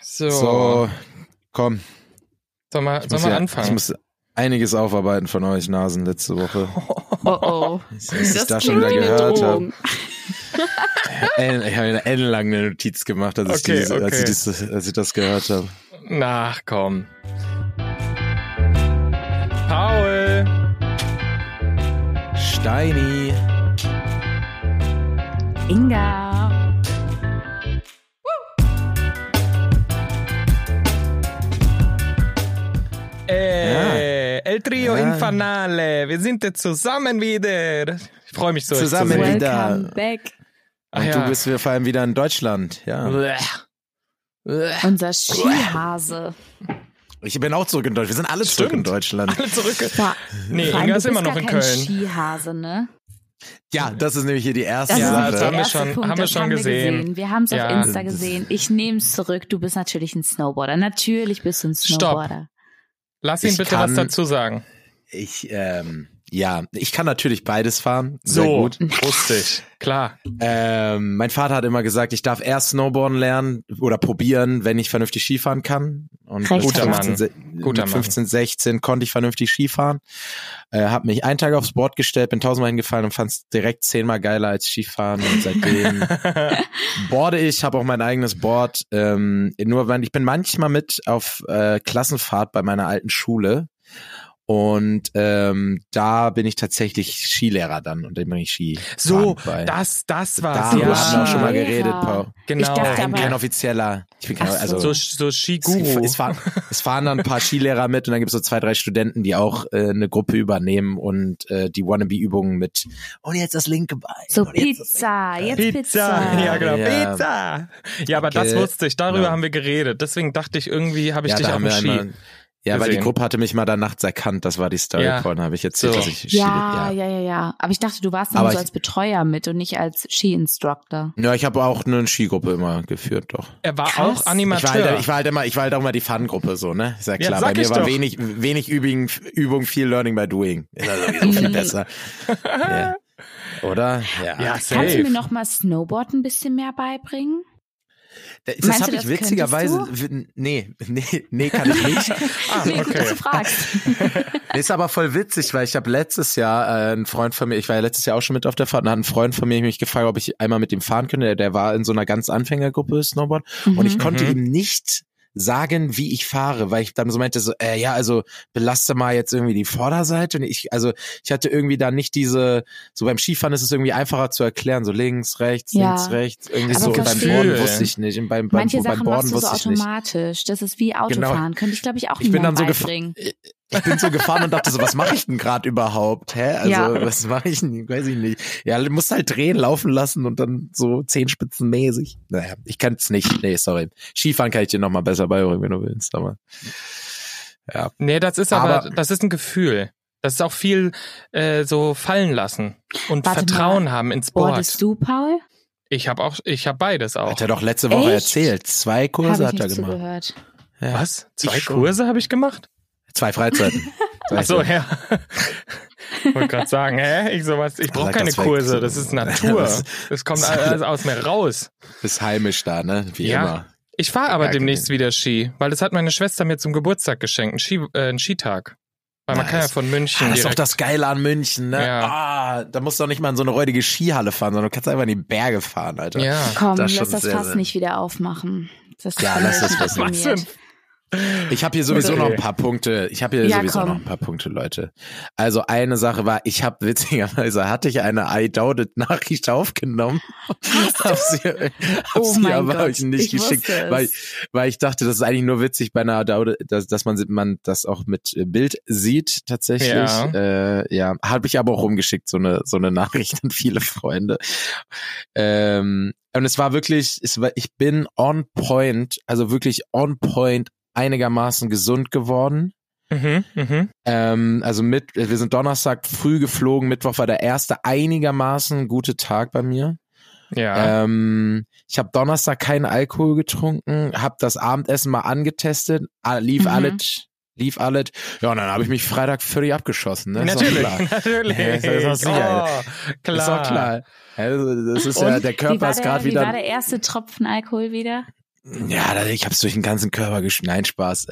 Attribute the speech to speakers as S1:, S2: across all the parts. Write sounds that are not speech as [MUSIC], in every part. S1: So,
S2: So, komm.
S1: soll mal,
S2: Ich
S1: soll
S2: muss,
S1: mal
S2: ja, ich
S1: anfangen?
S2: muss einiges aufarbeiten von euch Nasen
S1: [LAUGHS]
S2: letzte Woche.
S3: Oh oh.
S2: Was ich da schon
S3: klingt
S2: wieder
S3: wie eine
S2: gehört habe.
S3: [LAUGHS] Drohung.
S2: Ä- Ich habe eine ellenlang eine Notiz gemacht, als, ich,
S1: Okay,
S2: diese, als,
S1: okay.
S2: ich, diese, als ich das gehört habe.
S1: Na, komm. Paul,
S2: Steini.
S3: Inga.
S1: äh, El Trio
S2: Ja.
S1: Infernale, wir sind jetzt zusammen wieder. Ich freue mich so. euch zu
S2: Zusammen
S1: sehen.
S2: wieder.
S3: Welcome back.
S1: Ach
S2: Und
S1: Ah, ja.
S2: du bist wir vor allem wieder in Deutschland. Ja.
S1: Blech. Blech.
S3: Unser Skihase.
S2: Ich bin auch zurück in Deutschland. Wir sind alle zurück in
S1: Stimmt.
S2: Deutschland.
S1: Alle zurück.
S3: Vor-
S1: Nee,
S3: vor allem,
S1: Inga
S3: du
S1: ist immer
S3: bist
S1: noch
S3: gar
S1: in
S3: kein
S1: Köln.
S3: Skihase, ne?
S1: [LAUGHS]
S2: Ja, das ist nämlich hier die erste
S1: Ja,
S3: nämlich
S1: das
S3: der
S1: haben wir
S2: Sache.
S3: erste
S1: schon- haben wir
S3: das
S1: schon
S3: haben
S1: gesehen.
S3: Wir, wir haben es
S1: Ja.
S3: auf Insta gesehen. Ich nehme es zurück. Du bist natürlich ein Snowboarder. Natürlich bist du ein
S1: Stopp.
S3: Snowboarder.
S1: Lass ihn
S2: Ich
S1: bitte
S2: kann-
S1: was dazu sagen.
S2: Ich, ähm, ja, ich kann natürlich beides fahren. Sehr
S1: so,
S2: gut.
S1: wusste ich. Klar.
S2: Ähm, mein Vater hat immer gesagt, ich darf erst Snowboarden lernen oder probieren, wenn ich vernünftig Skifahren kann. Und mit
S3: Guter Mann.
S2: 15, se-
S1: Guter
S2: mit
S1: Mann.
S2: 15, 16 konnte ich vernünftig Skifahren. Äh, hab mich einen Tag aufs Board gestellt, bin tausendmal hingefallen und fand es direkt zehnmal geiler als Skifahren. Und seitdem boarde ich, habe auch mein eigenes Board. Ähm, nur wenn ich bin manchmal mit auf äh, Klassenfahrt bei meiner alten Schule. Und ähm, da bin ich tatsächlich Skilehrer dann und dann bin ich Ski.
S1: So,
S2: bei.
S1: das, das
S2: Da
S1: war's.
S2: haben
S3: Ja.
S2: wir schon schon mal
S3: Ja.
S2: geredet, Paul.
S1: Genau.
S3: Ich dachte
S2: Nein,
S3: aber-
S2: kein offizieller. Ich bin kein,
S3: Ach so.
S2: also
S1: so,
S2: es,
S1: so Skiguru.
S2: es, fahren, es fahren dann ein paar Skilehrer mit und dann gibt es so zwei, drei Studenten, die auch äh, eine Gruppe übernehmen und äh, die Wannabe-Übungen mit und jetzt das linke Bein.
S3: So
S2: und jetzt das
S3: Pizza. Jetzt
S1: Pizza.
S3: Pizza.
S1: Ja, genau.
S2: Ja.
S1: Pizza. Ja, aber das
S2: Okay.
S1: wusste ich. Darüber
S2: Genau.
S1: haben wir geredet. Deswegen dachte ich, irgendwie habe ich
S2: ja,
S1: dich
S2: da
S1: auf
S2: haben
S1: dem
S2: wir
S1: Ski.
S2: einmal, Ja, weil die
S1: gesehen.
S2: Gruppe hatte mich mal da nachts erkannt, das war die Story,
S1: Ja.
S2: Paul, da habe ich jetzt
S1: So.
S2: dass ich Ski-
S3: Ja, ja, ja, ja. Aber ich dachte, du warst dann
S2: Aber
S3: nur so
S2: ich-
S3: als Betreuer mit und nicht als Ski-Instructor.
S2: Ja, ich habe auch eine Skigruppe immer geführt, doch.
S1: Er war
S3: Krass.
S1: auch
S2: Ich war, halt,
S1: Animateur.
S2: ich war halt immer, ich war halt auch immer die Fun-Gruppe, so, ne? Ist ja
S1: Ja,
S2: klar.
S1: sag
S2: Bei mir
S1: ich
S2: war
S1: doch.
S2: wenig, wenig Übung, Übung, viel Learning by Doing. Ist ja sowieso
S1: Mhm.
S2: viel besser. Ja. Oder? Ja.
S1: ja,
S3: Kannst du mir
S1: safe.
S3: noch mal Snowboard ein bisschen mehr beibringen?
S2: Das
S3: Meinst
S2: habe
S3: du,
S2: ich
S3: das
S2: witzigerweise. w- Nee, nee, nee, kann ich nicht.
S1: Ah,
S3: nee, gut, [LAUGHS] dass
S1: okay.
S3: du fragst.
S2: Nee, Ist aber voll witzig, weil ich habe letztes Jahr äh, einen Freund von mir, ich war ja letztes Jahr auch schon mit auf der Fahrt, und da hat ein Freund von mir mich gefragt, ob ich einmal mit ihm fahren könnte. Der, der war in so einer ganz Anfängergruppe Snowboard und ich
S3: Mhm.
S2: konnte
S1: Mhm.
S2: ihm nicht sagen, wie ich fahre, weil ich dann so meinte, so, äh, ja, also belaste mal jetzt irgendwie die Vorderseite und ich, also ich hatte irgendwie da nicht diese, so beim Skifahren ist es irgendwie einfacher zu erklären, so links, rechts,
S3: Ja.
S2: links, rechts, irgendwie
S3: Aber
S2: so und beim
S3: verstehe.
S2: Boarden wusste ich nicht und beim, beim,
S3: Manche
S2: beim
S3: Sachen machst
S2: Boarden
S3: du so
S2: wusste ich nicht. Genau.
S3: automatisch. Das ist wie Autofahren. Könnte ich, glaube ich, auch
S2: Ich bin
S3: niemandem
S2: dann so gef-
S3: beibringen.
S2: ich bin so gefahren und dachte so, was mache ich denn gerade überhaupt? Hä? Also,
S3: Ja.
S2: was mache ich denn? Weiß ich nicht. Ja, du musst halt drehen, laufen lassen und dann so zehenspitzenmäßig. Naja, ich kann's nicht. Nee, sorry. Skifahren kann ich dir nochmal besser beibringen, wenn du willst, aber. Ja.
S1: Nee, das ist aber,
S2: Aber-
S1: das ist ein Gefühl. Das ist auch viel äh, so fallen lassen und
S3: Warte
S1: Vertrauen haben ins Board.
S3: Boardest du, Paul?
S1: Ich habe auch, ich habe beides auch.
S2: Hat er doch letzte Woche
S3: Echt?
S2: erzählt. Zwei Kurse
S3: Habe
S2: hat
S3: ich
S2: er
S3: nicht
S2: gemacht.
S3: zugehört.
S2: Ja.
S1: Was? Zwei
S2: Ich schon.
S1: Kurse habe ich gemacht?
S2: Zwei
S3: [LAUGHS]
S2: Freizeiten. Zwei
S1: Ach so,
S2: Freizeiten.
S1: ja. [LAUGHS] Wollte gerade sagen, hä? Ich sowas, ich brauche
S2: Sag
S1: keine
S2: das weg.
S1: Kurse, das ist Natur.
S2: [LAUGHS] Das-
S1: Das kommt
S2: das-
S1: alles aus mir raus.
S2: Bist heimisch da, ne? Wie
S1: Ja.
S2: immer.
S1: Ich fahre aber
S2: Ja, genau.
S1: demnächst wieder Ski, weil das hat meine Schwester mir zum Geburtstag geschenkt, einen, Ski, äh, einen Skitag. Weil man
S2: Nice.
S1: kann ja von München
S2: Ah, das ist doch
S1: direkt.
S2: das Geile an München, ne?
S1: Ja.
S2: Ah, da musst du doch nicht mal in so eine räudige Skihalle fahren, sondern du kannst einfach in die Berge fahren, Alter.
S1: ja.
S3: Komm,
S2: Das ist
S3: lass
S2: schon
S3: das
S2: sehr,
S3: Fass
S2: sehr-
S3: nicht wieder aufmachen. Das
S2: Ja,
S3: ist
S2: lass das
S3: nicht
S2: Fass nicht.
S3: informiert.
S2: Ich habe hier sowieso
S1: Okay.
S2: noch ein paar Punkte. Ich habe hier
S3: Ja,
S2: sowieso
S3: komm.
S2: noch ein paar Punkte, Leute. Also eine Sache war, ich habe witzigerweise hatte ich eine I doubt it Nachricht aufgenommen, [LAUGHS] habe sie, hab
S3: Oh
S2: sie
S3: mein
S2: aber
S3: Gott,
S2: euch nicht
S3: ich
S2: geschickt,
S3: wusste es.
S2: weil, weil ich dachte, das ist eigentlich nur witzig bei einer I doubt it, dass, dass man man das auch mit äh, Bild sieht tatsächlich.
S1: Ja.
S2: äh, ja. habe ich aber auch rumgeschickt so eine so eine Nachricht an viele Freunde. Ähm, und es war wirklich, es war, ich bin on point, also wirklich on point einigermaßen gesund geworden.
S1: Mhm, mhm.
S2: Ähm, also mit, wir sind Donnerstag früh geflogen, Mittwoch war der erste einigermaßen gute Tag bei mir.
S1: Ja.
S2: Ähm, ich habe Donnerstag keinen Alkohol getrunken, habe das Abendessen mal angetestet, ah, lief
S3: Mhm.
S2: alles, lief alles. Ja, und dann habe ich mich Freitag völlig abgeschossen. Ne? Ist doch
S1: natürlich, [LAUGHS]
S2: klar.
S1: natürlich.
S2: Ja, ist doch- ist doch sicher.
S1: oh,
S2: Ist
S1: klar.
S2: doch klar. Also, das ist ja,
S3: Und
S2: der
S3: wie war
S2: Körper ist
S3: der-
S2: gerade
S3: Wie war
S2: wieder
S3: der erste Tropfen Alkohol wieder? [LAUGHS]
S2: Ja, ich hab's durch den ganzen Körper geschneit. Nein, Spaß.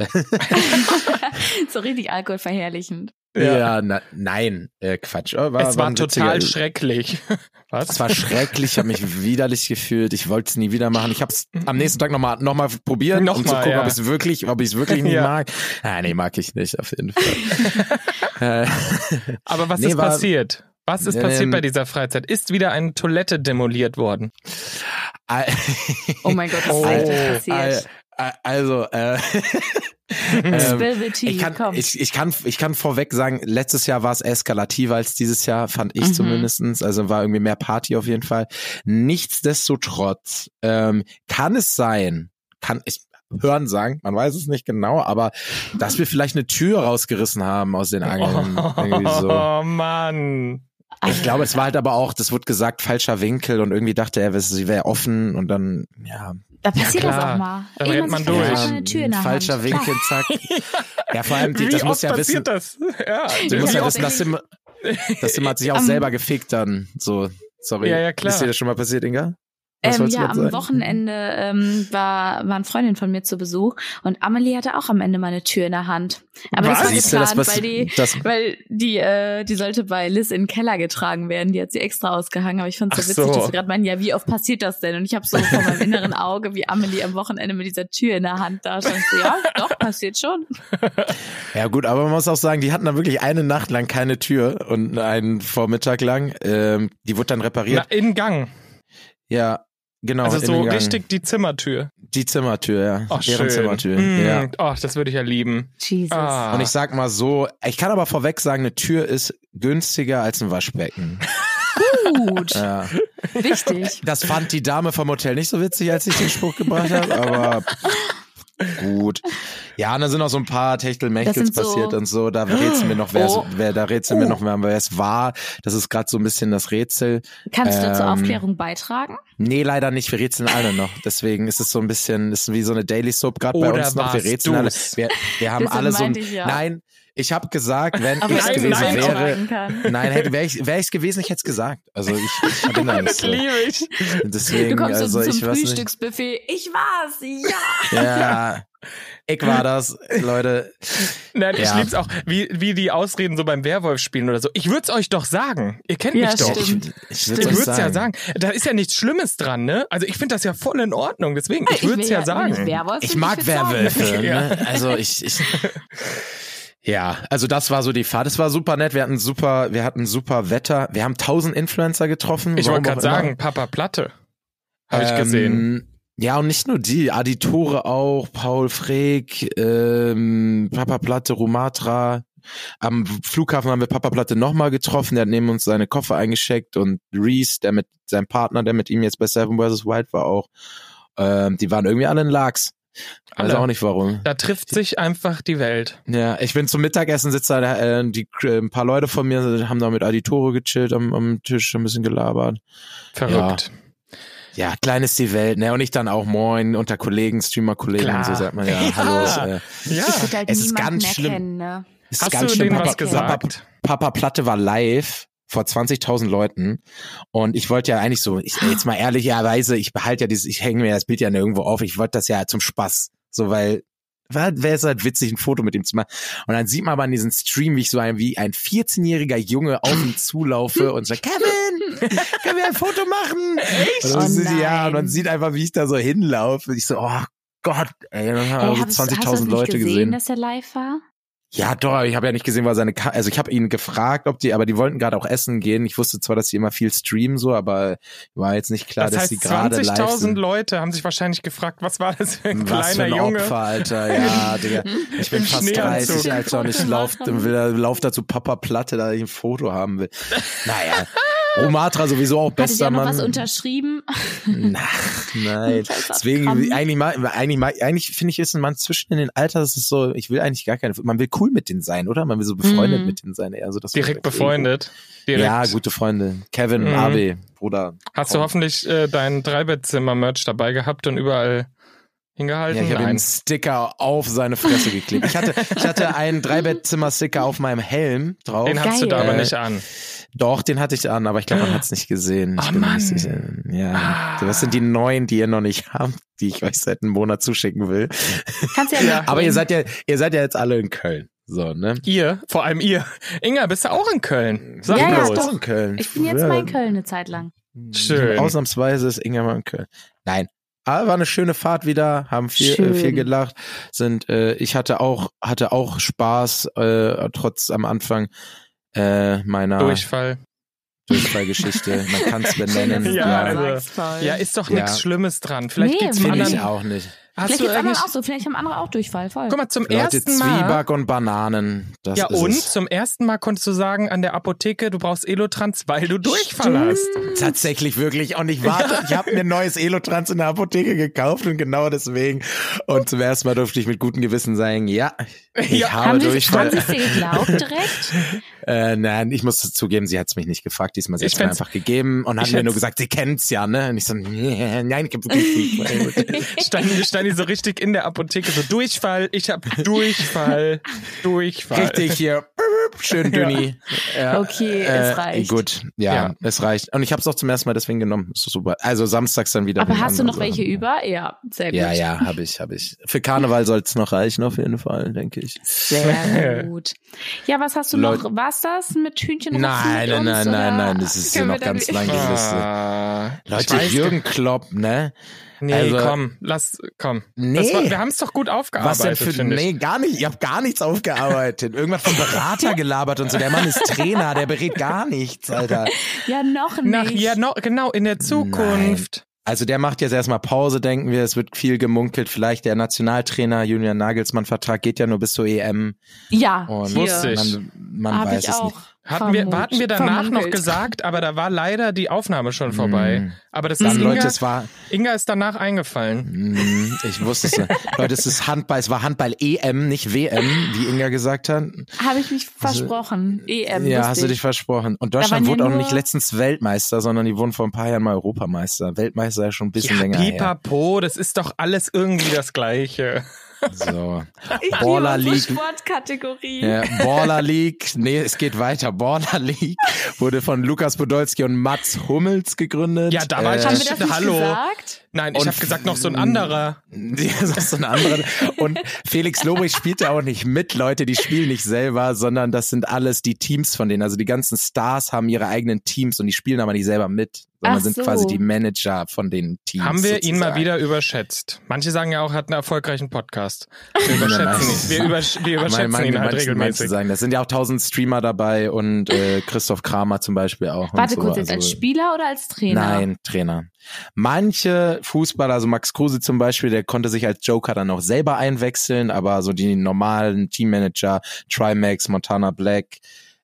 S3: so richtig alkoholverherrlichend.
S2: [LAUGHS] ja, na, nein, äh, Quatsch. Äh, War,
S1: es war
S2: ein
S1: total
S2: witziger-
S1: schrecklich. [LAUGHS] Was?
S2: Es war schrecklich, ich habe mich widerlich gefühlt. Ich wollte es nie wieder machen. Ich habe es am nächsten Tag nochmal noch mal probiert, um zu
S1: Nochmal,
S2: gucken,
S1: ja.
S2: ob ich es wirklich, ob ich es wirklich
S1: [LAUGHS]
S2: nicht
S1: Ja.
S2: mag. Ah, nee, mag ich nicht, auf jeden Fall. äh, [LAUGHS]
S1: Aber was
S2: Nee,
S1: ist
S2: war-
S1: passiert? Was ist
S2: Ähm,
S1: passiert bei dieser Freizeit? Ist wieder eine Toilette demoliert worden?
S2: al-
S3: Oh mein
S2: [LAUGHS]
S3: Gott, das
S1: Oh.
S3: ist echt
S2: al-
S3: passiert.
S2: al- also, äh, äh, [LAUGHS] ähm,
S3: Spill the tea,
S2: ich kann,
S3: komm.
S2: ich, ich kann, ich kann vorweg sagen, letztes Jahr war es eskalativer als dieses Jahr, fand ich
S3: Mhm.
S2: zumindestens. Also war irgendwie mehr Party auf jeden Fall. Nichtsdestotrotz ähm, kann es sein, kann ich hören sagen, man weiß es nicht genau, aber dass wir vielleicht eine Tür rausgerissen haben aus den Angeln. Ähm, Irgendwie
S3: [LAUGHS]
S2: so.
S1: [LAUGHS] Oh Mann.
S2: Ich glaube, es war halt aber auch, das wurde gesagt, falscher Winkel und irgendwie dachte er, es- sie wäre offen und dann, ja,
S3: da passiert
S1: Ja,
S3: das
S1: klar.
S3: auch mal.
S1: Dann
S3: Ehe
S1: rennt man
S3: sich
S1: durch.
S3: verlässt, hat man eine Tür in der
S2: falscher
S3: Hand.
S2: Winkel, zack.
S3: [LAUGHS]
S2: Ja, vor allem, die,
S1: Wie
S2: das muss
S1: oft
S2: ja wissen,
S1: passiert das? Ja,
S2: Du
S3: [LAUGHS] Ja,
S2: musst ja
S3: ja,
S2: wissen, dass Sim, das Sim hat sich auch
S3: Am-
S2: selber gefickt dann. So, sorry.
S1: Ja, ja, klar.
S2: Ist dir das schon mal passiert, Inga? Was
S3: Ähm,
S2: wolltest du
S3: ja, am
S2: gerade sagen?
S3: Wochenende ähm, war, waren Freundin von mir zu Besuch und Amelie hatte auch am Ende mal eine Tür in der Hand. Aber
S1: Was?
S3: das war
S2: Siehst du,
S3: geplant,
S2: das was,
S3: weil die,
S2: das,
S3: weil die, äh, die sollte bei Liz in den Keller getragen werden. Die hat sie extra ausgehangen, aber ich fand es
S1: Ach
S3: so witzig,
S1: so.
S3: dass wir gerade meinen, ja, wie oft passiert das denn? Und ich habe so vor meinem inneren Auge, wie Amelie am Wochenende mit dieser Tür in der Hand da stand. So, ja, doch, passiert schon.
S2: ja gut, aber man muss auch sagen, die hatten da wirklich eine Nacht lang keine Tür und einen Vormittag lang. Ähm, die wurde dann
S1: Na,
S2: repariert.
S1: in Gang.
S2: ja, genau.
S1: also
S2: in
S1: so
S2: den Gang.
S1: richtig die Zimmertür.
S2: Die Zimmertür, ja.
S1: Ach,
S2: Deren
S1: schön.
S2: Zimmertür,
S3: Hm.
S1: Mm,
S2: ja.
S1: Ach, das würde ich ja lieben.
S3: Jesus.
S1: Ah.
S2: Und ich sag mal so, ich kann aber vorweg sagen, eine Tür ist günstiger als ein
S3: [LAUGHS]
S2: Waschbecken.
S3: Gut,
S2: Ja.
S3: wichtig.
S2: Das fand die Dame vom Hotel nicht so witzig, als ich den Spruch gebracht habe, aber gut. Ja, und dann sind auch so ein paar
S3: Das
S2: Techtelmächtels
S3: sind so-
S2: passiert und so. Da rätseln mir noch, wer,
S3: Oh.
S2: wer da rätseln mir noch, wer wer es war. Das ist gerade so ein bisschen das Rätsel.
S3: Kannst du zur
S2: Ähm,
S3: Aufklärung beitragen?
S2: Nee, leider nicht. Wir rätseln alle noch. Deswegen ist es so ein bisschen, ist wie so eine Daily Soap gerade bei
S1: Oder
S2: uns noch. Wir
S1: warst
S2: rätseln alle.
S1: du's?
S2: Wir, wir haben
S3: Deswegen
S2: alle so.
S3: meinte ich ja.
S2: Nein, ich habe gesagt, wenn
S3: Aber
S2: ich
S1: nein,
S2: gewesen
S1: nein,
S2: wäre.
S3: auftragen kann.
S2: Nein, hätte- wäre ich es gewesen, ich hätte es gesagt. Also ich,
S3: [LAUGHS]
S2: ich bin da nicht
S1: Das
S2: so.
S1: liebe ich.
S2: Deswegen,
S3: Du kommst
S2: also
S3: so
S2: ich
S3: zum
S2: weiß nicht.
S3: Frühstücksbuffet. Ich war's, ja.
S2: [LAUGHS] Ja, ich war das, Leute.
S1: Nein, ich
S2: Ja.
S1: lieb's auch, wie, wie die Ausreden so beim Werwolf spielen oder so. Ich würd's euch doch sagen. Ihr kennt
S3: Ja,
S1: mich doch.
S3: stimmt.
S2: Ich,
S1: Ich
S2: euch
S1: würde es ja sagen. Da ist ja nichts Schlimmes dran, ne? Also ich finde das ja voll in Ordnung. Deswegen, Ah, ich würde es ja,
S3: Wenn ich halt
S1: sagen.
S3: Werwolf
S2: Ich
S3: bin,
S2: mag
S3: würd's sagen.
S2: Werwölfe. [LAUGHS]
S1: Ja.
S2: Ne? Also ich, ich. [LAUGHS] Ja, also das war so die Fahrt. Das war super nett. Wir hatten super, wir hatten super Wetter. Wir haben tausend Influencer getroffen.
S1: Ich
S2: warum
S1: wollte gerade
S2: auch immer.
S1: sagen, Papa Platte. Habe ich
S2: Ähm,
S1: gesehen.
S2: Ja, und nicht nur die, Aditore auch, Paul Freek, ähm, Papa Platte, Rumatra. Am Flughafen haben wir Papa Platte nochmal getroffen, der hat neben uns seine Koffer eingeschickt und Reese, der mit seinem Partner, der mit ihm jetzt bei Seven vs. Wild war auch. Ähm, die waren irgendwie alle in Lachs. Weiß
S1: Alle.
S2: also auch nicht warum.
S1: Da trifft sich einfach die Welt.
S2: Ja, ich bin zum Mittagessen sitzt da, äh, die, äh, ein paar Leute von mir haben da mit Aditore gechillt am, am Tisch, ein bisschen gelabert.
S1: Verrückt.
S2: Ja, klein ist die Welt, ne? Und ich dann auch moin unter Kollegen, Streamer-Kollegen
S1: Klar.
S2: und so sagt man ja.
S1: Ja. [LAUGHS]
S2: Hallo. Äh,
S1: Ja.
S3: Ich würde halt
S2: Es ist
S3: niemanden
S2: ganz
S3: mehr
S2: schlimm.
S3: kennen, ne?
S2: ist
S1: Hast
S2: ganz
S1: du
S2: schlimm.
S1: denen
S2: Papa,
S1: was gesagt?
S2: Papa, Papa Platte war live vor 20.000 Leuten und ich wollte ja eigentlich so, ich, jetzt mal ehrlicherweise, ich behalte ja dieses, ich hänge mir das Bild ja nirgendwo auf, ich wollte das ja zum Spaß, so weil wäre es halt witzig, ein Foto mit ihm zu machen. Und dann sieht man aber in diesem Stream, wie ich so ein, wie ein 14-jähriger Junge auf ihn zulaufe und sagt, Kevin, können wir ein Foto machen? Echt? Und dann
S3: Oh
S2: sieht- ja, und man
S3: nein.
S2: sieht einfach, wie ich da so hinlaufe. Und ich so, oh Gott, ey, dann haben
S3: Ey,
S2: wir
S3: hast,
S2: so
S3: du- hast du das
S2: 20.000
S3: nicht
S2: also Leute
S3: gesehen,
S2: gesehen.
S3: dass er live war?
S2: Ja, doch, aber ich habe ja nicht gesehen, war seine Ka also ich habe ihn gefragt, ob die, aber die wollten gerade auch essen gehen. Ich wusste zwar, dass sie immer viel streamen so, aber war jetzt nicht klar,
S1: das
S2: dass
S1: heißt,
S2: sie gerade live
S1: 20.000
S2: sind.
S1: Leute haben sich wahrscheinlich gefragt, was war das für ein
S2: Was für
S1: kleiner
S2: ein
S1: Junge? [LAUGHS]
S2: Opfer, Alter. Ja, Digga. Ich bin
S1: Im
S2: fast
S1: Schneeanzug.
S2: 30, Alter, und ich
S3: Foto
S2: lauf,
S3: machen.
S2: will, lauf dazu Papa Platte, da ich ein Foto haben will.
S1: [LAUGHS]
S2: Naja. Romatra sowieso auch
S3: Hat
S2: bester
S3: er noch
S2: Mann.
S3: was unterschrieben? [LAUGHS]
S2: Na, nein.
S3: Scheiß
S2: Deswegen,
S3: Autogramm.
S2: eigentlich, ma- eigentlich, ma- eigentlich finde ich, ist ein Mann zwischen in den Alter, das ist so, ich will eigentlich gar keine, man will cool mit denen sein, oder? Man will so befreundet
S3: Mhm.
S2: mit denen sein, eher so. dass man
S1: Direkt
S2: sagt, ey, oh.
S1: befreundet. Direkt.
S2: Ja, gute Freunde. Kevin,
S1: Mhm.
S2: Abe, Bruder.
S1: Hast du
S2: Komm.
S1: hoffentlich äh, dein Dreibettzimmer-Merch dabei gehabt und überall
S2: Ja,
S1: hingehalten?
S2: ich habe
S1: Also Nein.
S2: einen Sticker auf seine Fresse geklebt. Ich hatte, ich hatte einen Dreibettzimmer-Sticker auf meinem Helm drauf.
S1: Den hast du da
S2: Geil.
S1: aber nicht an.
S2: Doch, den hatte ich an, aber ich glaube, man hat es nicht gesehen. Ich
S1: Ah,
S2: bin mir nicht
S1: Mann.
S2: sicher. Ja.
S1: Ah.
S2: Das sind die neuen, die ihr noch nicht habt, die ich euch seit einem Monat zuschicken will.
S3: Kannst ja,
S1: Ja.
S3: mitbringen.
S2: Aber ihr seid ja, ihr seid ja jetzt alle in Köln. So, ne?
S1: Ihr, vor allem ihr. [LAUGHS] Inga, bist du auch in Köln? Sag
S3: Ja, ja,
S1: bloß.
S2: ist
S3: doch.
S2: in Köln.
S3: Ich bin jetzt
S2: Ja. Mhm.
S3: mal in Köln eine Zeit lang.
S1: Schön.
S2: Ausnahmsweise ist Inga mal in Köln. Nein. Aber war eine schöne Fahrt wieder, haben viel, äh,
S3: Schön.
S2: viel gelacht, sind, äh, ich hatte auch, hatte auch Spaß, äh, trotz am Anfang äh, meiner
S1: Durchfall.
S2: Durchfallgeschichte. Man kann es benennen.
S1: Ja,
S2: [LAUGHS] ja,
S1: also-
S3: Paul.
S1: Ja, ist doch
S2: Ja.
S1: nichts Schlimmes dran. Vielleicht
S3: Nee,
S1: geht's
S2: Finde
S1: anderen.
S2: ich auch nicht.
S1: Hast
S3: Vielleicht
S1: du
S3: geht's anderen
S1: eigentlich?
S3: auch so. Vielleicht haben andere auch Durchfall. Voll.
S1: Guck mal, zum
S2: Leute,
S1: ersten Mal.
S2: Zwieback und Bananen. Das
S1: Ja,
S2: ist
S1: und
S2: Es.
S1: zum ersten Mal konntest du sagen an der Apotheke, du brauchst Elotrans, weil du Durchfall hast.
S2: Tatsächlich wirklich. Und ich warte, ich habe mir ein neues Elotrans in der Apotheke gekauft und genau deswegen. Und zum ersten Mal durfte ich mit gutem Gewissen sagen, ja, ich
S1: Ja.
S2: habe
S3: haben sie es
S2: Durchfall.
S3: dir geglaubt direkt?
S2: [LAUGHS] Äh, nein, ich musste zugeben, sie hat es mich nicht gefragt. Diesmal sie
S1: Ich
S2: hat mir
S1: fänd's-
S2: einfach gegeben und hat
S1: ich
S2: mir nur
S1: fänd's-
S2: gesagt, sie kennt's ja, ne? Und ich so, nee, nein, ich habe
S1: [LAUGHS]
S2: wirklich Durchfall.
S1: Steini, Steini so richtig in der Apotheke, so Durchfall, ich hab
S2: [LAUGHS]
S1: Durchfall, Durchfall.
S2: Richtig hier. Schön Dünni. [LAUGHS] Ja. äh,
S3: Okay, es reicht.
S2: Gut, ja,
S1: Ja.
S2: es reicht. Und ich habe es auch zum ersten Mal deswegen genommen. Ist doch super. Also samstags dann wieder.
S3: Aber
S2: mit
S3: hast du
S2: anderen
S3: noch welche
S2: Sachen.
S3: über? Ja, sehr gut.
S2: Ja, ja, habe ich, habe ich. Für Karneval soll es noch reichen, auf jeden Fall, denke ich. [LAUGHS]
S3: Sehr gut. Ja, was hast du
S2: Leut-
S3: noch? War's das mit Hühnchenrupfen?
S2: Nein, nein,
S3: mit uns,
S2: nein,
S3: oder?
S2: nein, nein, das ist ja
S3: äh, Können
S2: noch
S3: wir dann
S2: ganz
S3: die-
S2: lang.
S1: Ah, ich
S2: Leute,
S1: weiß
S2: Jürgen Klopp, ne?
S1: Nee,
S2: Also-
S1: komm, lass, komm.
S2: Nee.
S1: Das war, wir haben es doch gut
S2: Was denn
S1: aufgearbeitet,
S2: für
S1: finde ich.
S2: Nee, gar nicht. Ihr habt gar nichts aufgearbeitet. Irgendwas von
S1: [LAUGHS]
S2: Berater gelabert und so. Der Mann ist Trainer, der berät gar nichts, Alter.
S3: Ja, noch nicht.
S1: Nach, ja, no, genau, in der Zukunft.
S2: Also der macht jetzt erstmal Pause, denken wir. Es wird viel gemunkelt. Vielleicht der Nationaltrainer Julian Nagelsmann Vertrag geht ja nur bis zur EM.
S3: ja
S2: Und
S3: hier.
S1: Wusste ich.
S2: man, Oh, man
S3: Hab
S2: weiß
S3: ich
S2: es
S3: auch.
S2: nicht.
S1: Hatten wir,
S3: vermut-
S1: hatten wir danach noch
S3: vermunkelt.
S1: gesagt, aber da war leider die Aufnahme schon vorbei.
S2: Mm.
S1: Aber das
S2: Dann
S1: ist
S2: Leute,
S1: Inga,
S2: es war
S1: Inga ist danach eingefallen.
S2: Mm, Ich wusste es. ja. Leute, es ist Handball. Es war Handball EM, nicht WM, wie Inga gesagt hat.
S3: Habe ich mich versprochen. E EM.
S2: Also, ja,
S3: wusste
S2: hast du
S3: ich.
S2: dich versprochen. Und
S3: Ähm, waren
S2: Deutschland
S3: ja
S2: wurde auch
S3: nur-
S2: nicht letztens Weltmeister, sondern die wurden vor ein paar Jahren mal Europameister. Weltmeister ja schon ein bisschen länger her.
S1: pipapo, das ist doch alles irgendwie das Gleiche.
S2: So.
S3: Ich
S2: Baller
S3: liebe unsere
S2: League.
S3: E Sportkategorie.
S2: Ja, Baller League, nee, es geht weiter. Baller League wurde von Lukas Podolski und Mats Hummels gegründet. Äh,
S1: Ja, da war ich
S3: Haben
S1: nicht-
S3: wir das nicht
S1: Hallo.
S3: gesagt?
S1: Nein, ich
S2: Und- hm,
S1: habe gesagt, noch so ein anderer.
S2: [LAUGHS] Ja, das ist so eine andere. Und Felix Lobrecht spielt da auch nicht mit, Leute, die spielen nicht selber, sondern das sind alles die Teams von denen. Also die ganzen Stars haben ihre eigenen Teams und die spielen aber nicht selber mit, sondern
S3: Ach
S2: sind
S3: so.
S2: quasi die Manager von den Teams.
S1: Haben wir ihn mal
S2: sozusagen.
S1: wieder überschätzt? Manche sagen ja auch, er hat einen erfolgreichen
S2: [LAUGHS]
S1: Podcast. Wir überschätzen ihn. Wir, übersch wir
S2: Meine,
S1: überschätzen
S2: meine,
S1: ihn halt
S2: manche, manche
S1: regelmäßig.
S2: sagen, das sind ja auch tausend Streamer dabei und äh, Christoph Kramer zum Beispiel auch.
S3: Warte
S2: und so.
S3: kurz, jetzt als
S2: also,
S3: Spieler oder als Trainer?
S2: Nein, Trainer. Manche Fußballer, also Max Kruse zum Beispiel, der konnte sich als Joker dann auch selber einwechseln, aber so die normalen Teammanager, Trimax, Montana Black,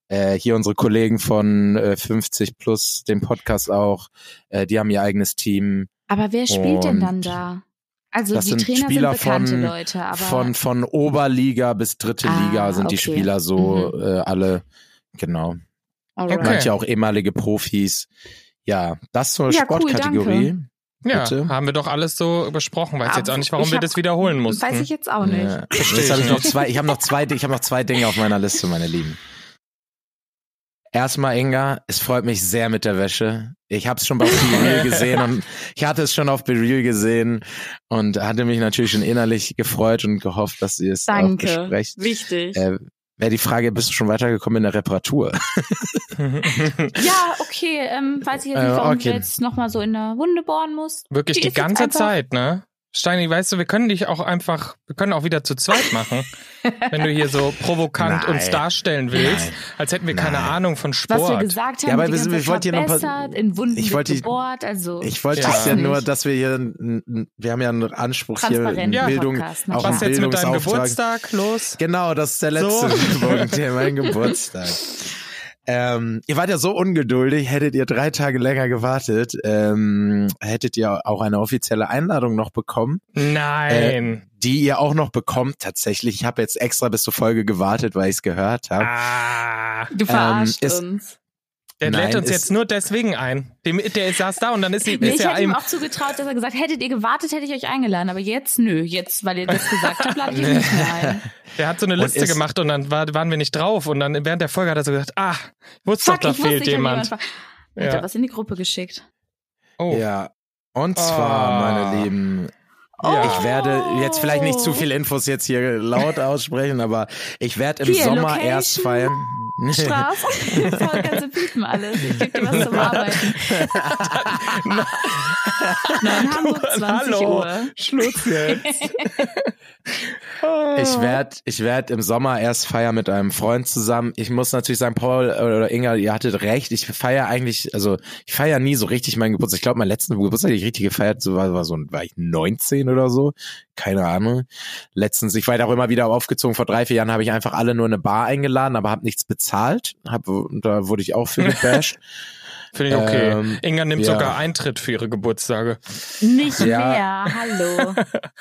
S2: äh, hier unsere Kollegen von äh, 50 Plus, dem Podcast auch, äh, die haben ihr eigenes Team.
S3: Aber wer spielt denn
S2: Und
S3: dann da? Also
S2: das
S3: die
S2: sind
S3: Trainer
S2: Spieler
S3: sind bekannte
S2: von-
S3: Leute, aber
S2: Von, von Oberliga bis dritte
S3: Ah,
S2: Liga sind die
S3: okay.
S2: Spieler so
S3: Mhm.
S2: äh, alle, genau.
S3: Alright.
S1: Okay.
S2: Manche auch ehemalige Profis. Ja, das zur
S3: Ja, cool,
S2: Sportkategorie.
S1: Ja,
S2: Bitte?
S1: haben wir doch alles so besprochen. Weiß
S3: Aber
S1: jetzt auch nicht, warum
S3: ich
S1: wir
S3: hab-
S1: das wiederholen mussten.
S3: Weiß ich jetzt auch nicht.
S2: Ja. Jetzt habe ich noch zwei, ich habe noch zwei, ich habe noch zwei Dinge auf meiner Liste, meine Lieben. Erstmal, Inga, es freut mich sehr mit der Wäsche. Ich habe es schon bei BeReal gesehen und ich hatte es schon auf BeReal gesehen und hatte mich natürlich schon innerlich gefreut und gehofft, dass ihr es auch
S3: Danke.
S2: besprecht.
S3: Wichtig.
S2: Äh, Wäre die Frage, bist du schon weitergekommen in der Reparatur?
S3: Ja, okay, ähm, weiß ich jetzt
S2: Äh,
S3: nicht, warum
S2: okay.
S3: du jetzt nochmal so in der Wunde bohren musst.
S1: Wirklich die,
S3: ist jetzt
S1: ganze
S3: einfach-
S1: Zeit, ne? Steini, weißt du, wir können dich auch einfach, wir können auch wieder zu zweit
S3: [LAUGHS]
S1: machen, wenn du hier so provokant
S2: Nein.
S1: uns darstellen willst, als hätten wir keine
S2: Nein.
S1: Ahnung von
S3: Was
S1: Sport.
S3: wir gesagt haben,
S2: Ja, aber
S3: die
S2: wir-
S3: ganze
S2: wir
S3: Zeit
S2: wollten hier noch ein paar-
S3: verbessert, in Wunden
S2: Ich
S3: wird
S2: wollte-
S3: gebohrt, also
S2: Ich wollte
S1: Ja.
S2: es ja
S3: Weiß
S2: nur,
S3: nicht.
S2: dass wir hier, n- n- wir haben ja einen Anspruch hier,
S3: Transparenten
S1: Ja.
S2: Bildung,
S3: Podcast, na
S2: auch
S3: klar.
S1: Was
S2: einen
S1: jetzt mit deinem
S2: Bildungsauftrag.
S1: Geburtstag? Los.
S2: Genau, das ist der letzte
S1: [LAUGHS] So.
S2: Punkt, hier, mein Geburtstag. Ähm, ihr wart ja so ungeduldig, hättet ihr drei Tage länger gewartet, ähm, hättet ihr auch eine offizielle Einladung noch bekommen, Äh,
S1: Nein.
S2: die ihr auch noch bekommt tatsächlich. Ich habe jetzt Äh, extra bis zur Folge gewartet, weil ich es gehört habe.
S1: ah.
S2: ähm,
S3: du verarschst
S2: es-
S3: uns.
S1: Der
S2: Nein,
S1: lädt uns
S2: ist-
S1: jetzt nur deswegen ein. Dem, der saß da und dann ist, sie,
S3: Nee,
S1: ist
S3: ich
S1: er
S3: hätte ihm
S1: einem.
S3: auch zugetraut, dass er gesagt hättet ihr gewartet, hätte ich euch eingeladen. Aber jetzt, nö, jetzt, weil ihr das gesagt habt, lade ich euch nicht
S2: [LAUGHS]
S3: mehr ein.
S1: Der hat so eine
S2: Und
S1: Liste
S2: ist-
S1: gemacht und dann war, waren wir nicht drauf. Und dann während der Folge hat er so gesagt: Ah, ich wusste doch,
S3: Fuck,
S1: da
S3: ich wusste,
S1: fehlt
S3: ich hab
S1: jemand.
S3: war. Er hat
S1: Ja.
S3: er was in die
S2: [LAUGHS]
S3: Gruppe geschickt.
S1: Oh.
S2: Ja. Und zwar,
S1: Ah.
S2: meine Lieben,
S1: Ja. Oh.
S2: ich werde jetzt vielleicht nicht zu viele Infos jetzt hier laut aussprechen, aber ich werde im
S3: Hier,
S2: Sommer
S3: Location.
S2: erst feiern.
S3: [LAUGHS] Straß. Voll ganze Piepen alles. Ich gebe dir was
S2: [LAUGHS]
S3: zum Arbeiten. Nein, Hamburg
S1: [LAUGHS]
S3: 20
S1: Hallo.
S3: Uhr.
S1: Schluss jetzt.
S2: Ich werde ich werd im Sommer erst feiern mit einem Freund zusammen. Ich muss natürlich sagen, Paul äh, oder Inga, ihr hattet recht. Ich feiere eigentlich, also ich feiere nie so richtig meinen Geburtstag. Ich glaube, meinen letzten Geburtstag, den ich richtig gefeiert so war, war so war ich 19 oder so. Keine Ahnung. Letztens, ich war ja auch immer wieder aufgezogen. Vor drei, vier Jahren habe ich einfach alle nur in eine Bar eingeladen, aber habe nichts bezahlt. Hab, da wurde ich auch für gebasht.
S1: Finde ich okay.
S2: Ähm,
S1: Inga nimmt
S2: ja.
S1: sogar Eintritt für ihre Geburtstage.
S3: Nicht
S2: Ja.
S3: mehr. Hallo.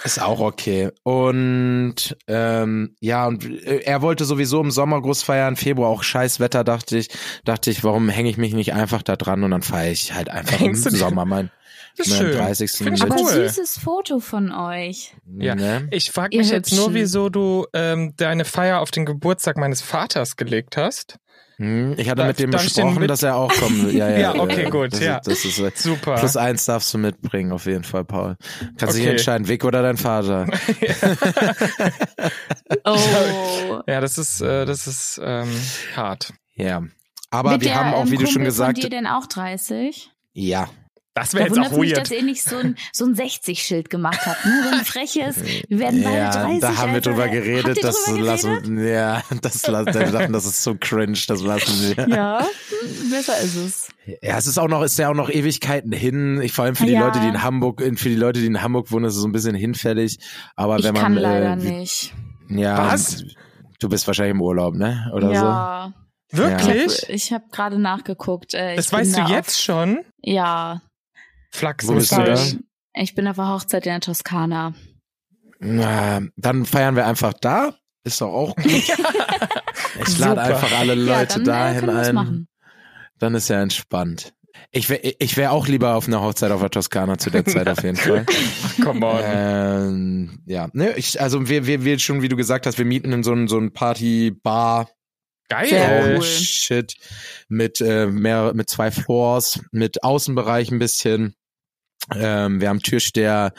S2: Ist auch okay. Und ähm, ja, und äh, er wollte sowieso im Sommer groß feiern, Februar auch scheiß Wetter, dachte ich. Dachte ich, warum hänge ich mich nicht einfach da dran und dann feiere ich halt einfach
S1: Hängst
S2: im
S1: du-
S2: Sommer mein,
S1: [LAUGHS] Das ist
S2: meinen
S1: schön.
S2: 30.
S1: Find ich
S2: mit.
S3: Aber
S1: Cool.
S3: süßes Foto von
S2: [LAUGHS]
S3: euch.
S1: Ja.
S2: Ne?
S1: Ich frage
S3: Ihr
S1: mich jetzt nur,
S3: Hübschen.
S1: wieso du ähm, deine Feier auf den Geburtstag meines Vaters gelegt hast.
S2: Hm, Ich hatte
S1: Darf-
S2: mit dem
S1: darf ich den
S2: besprochen,
S1: mit-
S2: dass er auch
S1: [LAUGHS]
S2: kommen will. Ja, ja,
S1: Ja, okay,
S2: äh,
S1: gut,
S2: das
S1: ja.
S2: Ist, das ist, äh,
S1: Super.
S2: plus eins darfst du mitbringen, auf jeden Fall, Paul. Kannst dich
S1: Okay.
S2: entscheiden, Vic oder
S1: [LAUGHS]
S2: dein Vater.
S3: Oh.
S1: ja, das ist, äh, das ist ähm, hart.
S2: Ja. Aber
S3: Wird
S2: wir
S3: der,
S2: haben auch,
S3: ähm,
S2: wie du schon
S3: Kumpel
S2: gesagt
S3: Von dir denn auch 30?
S2: ja.
S1: Das
S3: Da
S1: wäre jetzt auch
S3: wundert mich, dass
S1: weird.
S3: ihr nicht so ein, so ein 60-Schild gemacht habt. Ne? So
S2: [LAUGHS]
S3: ein freches, wir werden beide 30.
S2: da haben wir
S3: Alter.
S2: drüber
S3: Habt
S2: geredet,
S3: ihr
S2: das
S3: drüber geredet?
S2: lassen ja, das lassen wir dachten, das ist so cringe, das lassen wir.
S3: [LAUGHS]
S2: [LAUGHS]
S3: Ja, hm, besser ist es.
S2: Ja, es ist auch noch ist ja auch noch Ewigkeiten hin, ich, vor allem für die
S3: Ja.
S2: Leute, die in Hamburg für die Leute, die in Hamburg wohnen, ist es so ein bisschen hinfällig, aber
S3: Ich
S2: wenn man
S3: kann
S2: äh,
S3: leider
S2: wie-
S3: nicht.
S2: Ja.
S1: Was?
S2: Du bist wahrscheinlich im Urlaub, ne? Oder
S3: ja,
S1: Wirklich?
S3: ich habe hab gerade nachgeguckt. äh, Ich
S1: Das
S3: bin
S1: weißt du
S3: da
S1: jetzt schon?
S3: Auf, ja,
S1: Flachs
S2: Wo
S1: mich
S2: bist du da?
S1: nicht.
S3: ich bin auf der Hochzeit in der Toskana.
S2: so. Na, dann feiern wir einfach da. Ist doch
S3: [LAUGHS]
S2: auch gut. ich lade
S1: Super.
S2: einfach alle
S3: ja,
S2: Leute
S3: dann äh,
S2: dahin
S3: können wir's
S2: ein.
S3: machen.
S2: Dann ist ja entspannt. Ich wäre ich wär auch lieber auf einer Hochzeit auf der Toskana zu der Zeit auf jeden Fall.
S1: Ach, [LAUGHS] come on.
S2: Ähm, ja, ne, ich, also wir, wir, wir schon, wie du gesagt hast, wir mieten in so ein, so ein Party-Bar,
S1: Geil.
S3: Sehr
S2: äh,
S3: cool.
S2: Shit, mit äh, mehr, mit zwei Floors, mit Außenbereich ein bisschen. Ähm, wir haben Türsteher,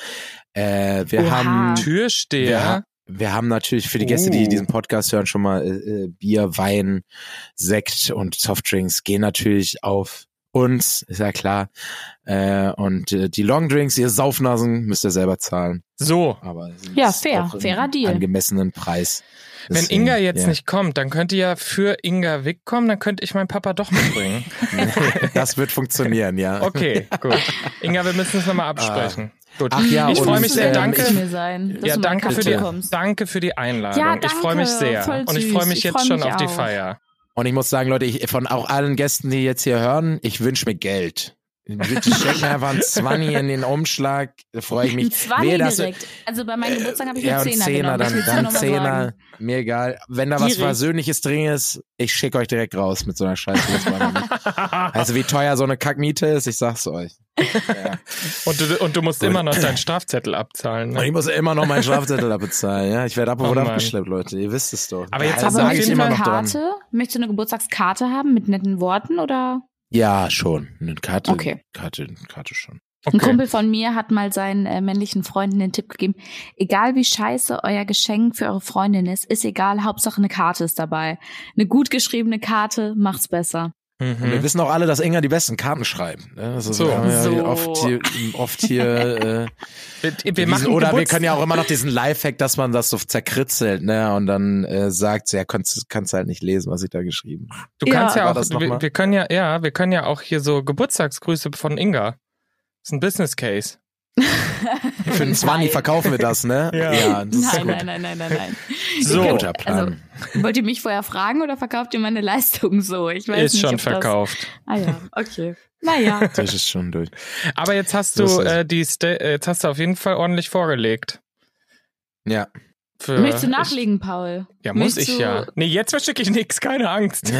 S2: äh, wir
S3: Oha.
S2: haben
S1: Türsteher.
S2: Ja. wir haben natürlich für die Gäste, die
S1: Oh.
S2: diesen Podcast hören, schon mal äh, äh, Bier, Wein, Sekt und Softdrinks gehen natürlich auf uns, ist ja klar. Äh, und äh, die Longdrinks, ihr Saufnasen, müsst ihr selber zahlen.
S1: So,
S2: Aber es
S3: Ja,
S2: ist
S3: fair,
S2: auch ein
S3: fairer Deal.
S2: Angemessenen Preis.
S1: wenn
S2: Deswegen,
S1: Inga jetzt
S2: ja.
S1: nicht kommt, dann könnte ja für Inga Wick kommen, dann könnte ich meinen Papa doch
S2: [LAUGHS]
S1: mitbringen.
S2: [LAUGHS] Das wird funktionieren, ja.
S1: Okay, gut. Inga, wir müssen es nochmal absprechen. Gut.
S2: Ah. Ach ja,
S1: ich
S2: und,
S1: freue mich sehr.
S2: ähm,
S1: danke.
S3: Mir sein, dass
S1: ja,
S3: du mal
S1: danke für,
S3: Kaffee
S1: die,
S3: kommst.
S1: danke für die Einladung.
S3: Ja,
S1: ich freue mich
S3: danke,
S1: sehr.
S3: voll
S1: Und ich
S3: süß.
S1: freue mich
S3: Ich
S1: jetzt
S3: freu
S1: schon
S3: mich
S1: auf die
S3: auch. [LAUGHS]
S1: Feier.
S2: Und ich muss sagen, Leute, ich, von auch allen Gästen, die jetzt hier hören, ich wünsche mir Geld. Bitte schenkt mir einfach einen 20 in den Umschlag, da freue ich mich.
S3: Ein [LAUGHS] Zwanni
S2: Wehe, dass-
S3: direkt. Also bei meinem Geburtstag habe ich
S2: Äh, ja,
S3: einen
S2: und
S3: Zehner,
S2: Zehner
S3: genommen.
S2: dann,
S3: Ich will's nur
S2: dann
S3: noch mal
S2: Zehner,
S3: sagen.
S2: mir egal. Wenn da was
S3: Gierig.
S2: Persönliches drin ist, ich schicke euch direkt raus mit so einer Scheiße. Das war mir
S3: [LAUGHS]
S2: nicht. also wie teuer so eine Kackmiete ist, ich sag's euch.
S1: Und du, und du musst immer noch deinen Strafzettel abzahlen.
S2: Und
S1: Ne?
S2: ich muss immer noch meinen Strafzettel abbezahlen, ja. Ich werde ab und
S1: Oh
S2: zu
S1: Mann.
S2: abgeschleppt, Leute. Ihr wisst es doch.
S1: Aber jetzt
S2: ja,
S1: hast du sag
S2: Also
S3: Aber
S2: sag
S1: auf
S2: ich
S3: möchtest du
S1: jeden
S2: immer
S3: eine
S2: noch dran.
S3: Karte? Möchtest du eine Geburtstagskarte haben mit netten Worten oder?
S2: Ja, schon. Eine Karte.
S3: Okay.
S2: Karte, Karte schon.
S1: Okay.
S3: Ein Kumpel von mir hat mal seinen äh, männlichen Freunden den Tipp gegeben, egal wie scheiße euer Geschenk für eure Freundin ist, ist egal, Hauptsache eine Karte ist dabei. Eine gut geschriebene Karte
S2: [LAUGHS]
S3: macht's besser.
S2: Und wir
S1: Mhm.
S2: wissen auch alle, dass Inga die besten Karten schreiben. ne? Das ist
S1: So.
S2: wir haben ja
S3: So.
S2: oft hier,
S1: [LAUGHS]
S2: oft hier äh,
S1: Wir, wir
S2: Diesen-
S1: machen
S2: oder wir
S1: Geburtstag-
S2: können ja auch immer noch diesen Lifehack, dass man das so zerkritzelt, ne? Und dann äh, sagt, sie, ja, kannst, kannst halt nicht lesen, was ich da geschrieben habe.
S1: Du kannst
S2: Ja.
S1: ja,
S2: War das
S1: auch,
S2: noch mal?
S1: wir, wir können ja, ja, wir können ja auch hier so Geburtstagsgrüße von Inga. Das ist ein Business Case. [LAUGHS]
S2: Für einen Zwanni verkaufen wir das, ne?
S1: Ja.
S2: das ist
S3: Nein,
S2: gut.
S3: nein, nein, nein, nein,
S2: [LAUGHS]
S3: nein.
S1: So.
S2: Ein guter
S1: also
S2: Plan.
S3: Wollt ihr mich vorher fragen oder verkauft ihr meine Leistung so? Ich weiß
S1: ist
S3: nicht,
S1: schon
S3: ob
S1: verkauft.
S3: Das, ah ja, okay. Naja.
S2: [LAUGHS] das ist schon durch.
S1: Aber jetzt hast
S2: So
S1: du
S2: ist es.
S1: äh, die Sta- äh, jetzt hast du auf jeden Fall ordentlich vorgelegt.
S2: Ja.
S1: Für,
S3: Möchtest du nachlegen, Paul?
S1: Ich, ja, muss
S3: Möchtest
S1: ich
S3: du-
S1: ja. Nee, jetzt verschicke ich nichts, keine
S3: [LAUGHS]
S1: Angst.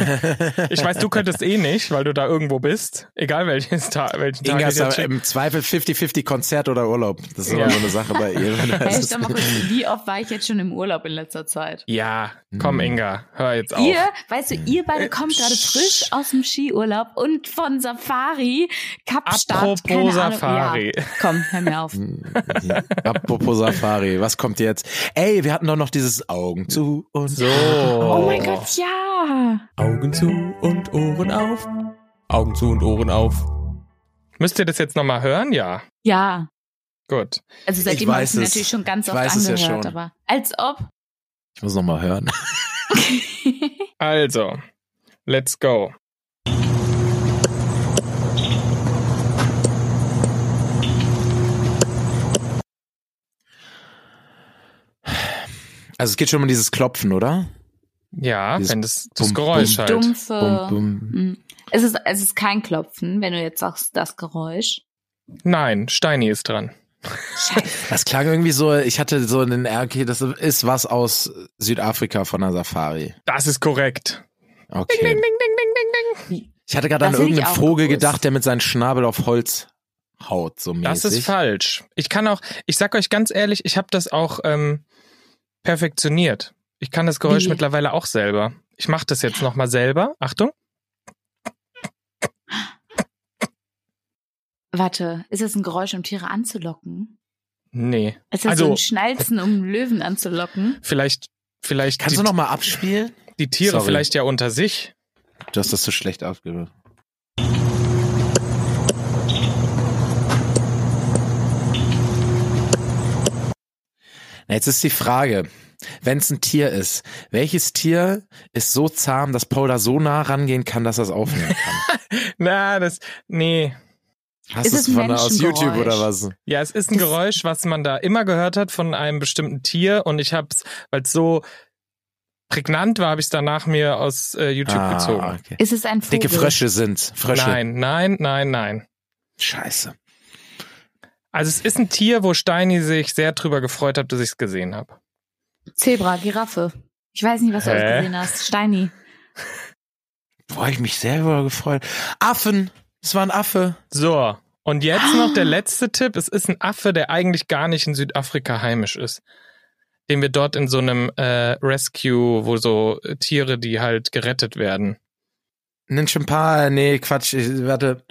S1: Ich weiß, du könntest eh nicht, weil du da irgendwo bist. Egal welches Tag, welchen Tag
S2: Inga
S1: ich
S2: ist
S1: jetzt
S2: aber
S1: schick.
S2: im Zweifel 50-50 Konzert oder Urlaub. Das ist
S1: Ja.
S2: immer so eine Sache
S1: [LAUGHS]
S2: bei ihr.
S3: Hey, sag mal kurz, wie oft war ich jetzt schon im Urlaub in letzter Zeit?
S1: Ja, komm, Inga, hör jetzt auf.
S3: Hm. Ihr, weißt du, ihr
S2: Äh,
S3: beide kommt gerade frisch aus dem Skiurlaub und von Safari, Kapstadt,
S1: Apropos
S3: keine Ahnung.
S1: Safari.
S3: Ja, komm, hör
S2: [LAUGHS]
S3: mir auf.
S2: [LAUGHS] Apropos Safari, was kommt jetzt? Ey, wir hatten doch noch dieses Augen zu
S1: [LAUGHS]
S2: und
S1: So.
S3: Oh mein Gott, ja.
S4: Augen zu und Ohren auf. Augen zu und Ohren auf.
S1: Müsst ihr das jetzt nochmal hören? Ja.
S3: Ja.
S1: Gut.
S3: Also
S2: Ich
S3: seitdem habe ich
S2: weiß
S3: sie
S2: es.
S3: natürlich schon ganz
S2: Ich
S3: oft
S2: weiß es ja
S3: angehört,
S2: schon.
S3: aber als ob.
S2: Ich muss noch mal hören.
S1: Also, let's go.
S2: Also es geht schon um dieses Klopfen, oder?
S1: Ja,
S2: Dieses
S1: wenn das, das
S2: Bum,
S1: Geräusch
S2: Bum,
S1: halt.
S3: Dumpfe.
S2: Bum, bum.
S3: Mm. Es ist, es ist kein Klopfen, wenn du jetzt sagst, das Geräusch.
S1: Nein, Steini ist dran.
S3: Scheiße.
S2: Das klang irgendwie so, ich hatte so einen, ja, okay, das ist was aus Südafrika von der Safari.
S1: Das ist korrekt.
S2: Okay. Ich hatte gerade
S3: Das
S2: an
S3: hätte ich
S2: irgendeinen
S3: auch
S2: Vogel
S3: gewusst.
S2: gedacht, der mit seinem Schnabel auf Holz haut, so mäßig.
S1: Das ist falsch. Ich kann auch, ich sag euch ganz ehrlich, ich habe das auch ähm, perfektioniert. Ich kann das Geräusch
S3: Wie?
S1: mittlerweile auch selber. Ich mache das jetzt nochmal selber. Achtung.
S3: Warte, ist das ein Geräusch, um Tiere anzulocken?
S1: Nee.
S3: Ist das
S1: Also-
S3: so ein Schnalzen, um Löwen anzulocken?
S1: Vielleicht, vielleicht
S2: Kannst
S1: die,
S2: du noch mal abspielen?
S1: die Tiere
S2: Sorry.
S1: vielleicht ja unter sich.
S2: Du hast das so schlecht abgehört. Na, Jetzt ist die Frage, wenn es ein Tier ist, welches Tier ist so zahm, dass Paul da so nah rangehen kann, dass er es
S3: [LAUGHS]
S2: aufnehmen kann?
S1: Na, das. Nee.
S2: Hast
S3: Ist
S2: du
S3: es ein
S2: von der- aus
S3: Menschengeräusch?
S2: YouTube oder was?
S1: Ja, es ist ein
S3: Das-
S1: Geräusch, was man da immer gehört hat von einem bestimmten Tier und ich hab's, weil es so prägnant war, habe ich es danach mir aus äh, YouTube
S2: Ah,
S1: gezogen.
S2: okay.
S3: Ist es ein Vogel?
S2: Dicke Frösche sind. Frösche.
S1: Nein, nein, nein, nein.
S2: Scheiße.
S1: Also es ist ein Tier, wo Steini sich sehr drüber gefreut hat, dass ich es gesehen habe.
S3: Zebra, Giraffe. Ich weiß nicht, was du
S1: Hä?
S3: alles gesehen hast. Steini.
S2: Boah, ich mich selber gefreut. Affen. Es war ein Affe.
S1: So, und jetzt noch der letzte Tipp. Es ist ein Affe, der eigentlich gar nicht in Südafrika heimisch ist. Den wir dort in so einem äh, Rescue, wo so äh, Tiere, die halt gerettet werden.
S2: Ein Schimpanse, nee, Quatsch, ich, warte.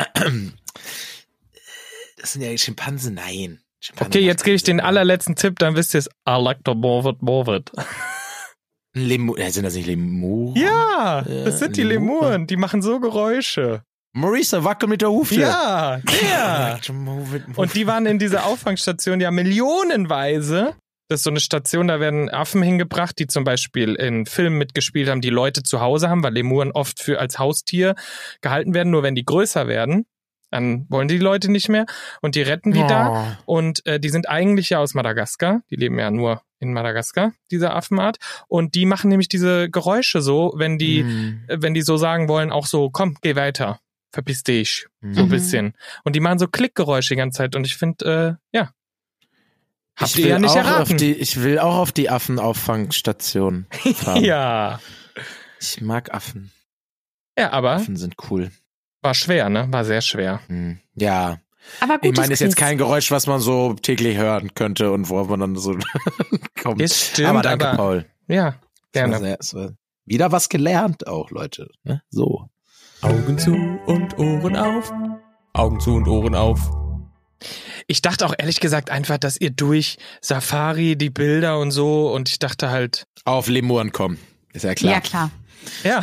S2: Das sind ja Schimpansen, nein. Schimpansen
S1: Okay,
S2: macht
S1: jetzt gebe ich
S2: keinen
S1: den
S2: Sinn.
S1: allerletzten Tipp, dann wisst ihr es. Alaktobovet, bovet.
S2: Ein Lemu äh, sind das nicht Lemuren?
S1: Ja,
S2: Ja,
S1: das sind die
S2: Lemuren.
S1: Lemuren, die machen so Geräusche.
S2: Marisa, wackel mit der Hufe.
S1: Ja, [LAUGHS] der.
S2: Move it, move
S1: Und die waren in dieser Auffangstation ja millionenweise. Das ist so eine Station, da werden Affen hingebracht, die zum Beispiel in Filmen mitgespielt haben, die Leute zu Hause haben, weil Lemuren oft für als Haustier gehalten werden. Nur wenn die größer werden, dann wollen die Leute nicht mehr und die retten die da.
S2: Oh.
S1: Und äh, die sind eigentlich ja aus Madagaskar. Die leben ja nur in Madagaskar, diese Affenart. Und die machen nämlich diese Geräusche so, wenn die
S2: Mm,
S1: äh, wenn die so sagen wollen, auch so, komm, geh weiter, verpiss dich, so ein
S2: mm.
S3: Mhm.
S1: bisschen. Und die machen so Klickgeräusche die ganze Zeit und ich finde, äh, ja. Habt ihr ja nicht
S2: auch Auf
S1: erraten. [LAUGHS]
S2: die, ich will auch auf die Affenauffangstation fahren.
S1: ja.
S2: Ich mag Affen.
S1: Ja, aber
S2: Affen sind cool.
S1: war schwer, ne? War sehr schwer.
S2: Hm. Ja.
S3: Aber gut.
S2: ich meine, ist jetzt kein Geräusch, was man so täglich hören könnte und worauf man dann so [LAUGHS] kommt.
S1: Das stimmt,
S2: aber danke,
S1: aber-
S2: Paul.
S1: Ja,
S2: Es war
S1: gerne.
S2: sehr- es war wieder was gelernt auch, Leute. Ne? So.
S4: Augen zu und Ohren auf. Augen zu und Ohren auf.
S1: Ich dachte auch ehrlich gesagt einfach, dass ihr durch Safari die Bilder und so und ich dachte halt,
S2: Auf Lemuren kommen. Ist ja klar.
S3: Ja, klar.
S1: ja.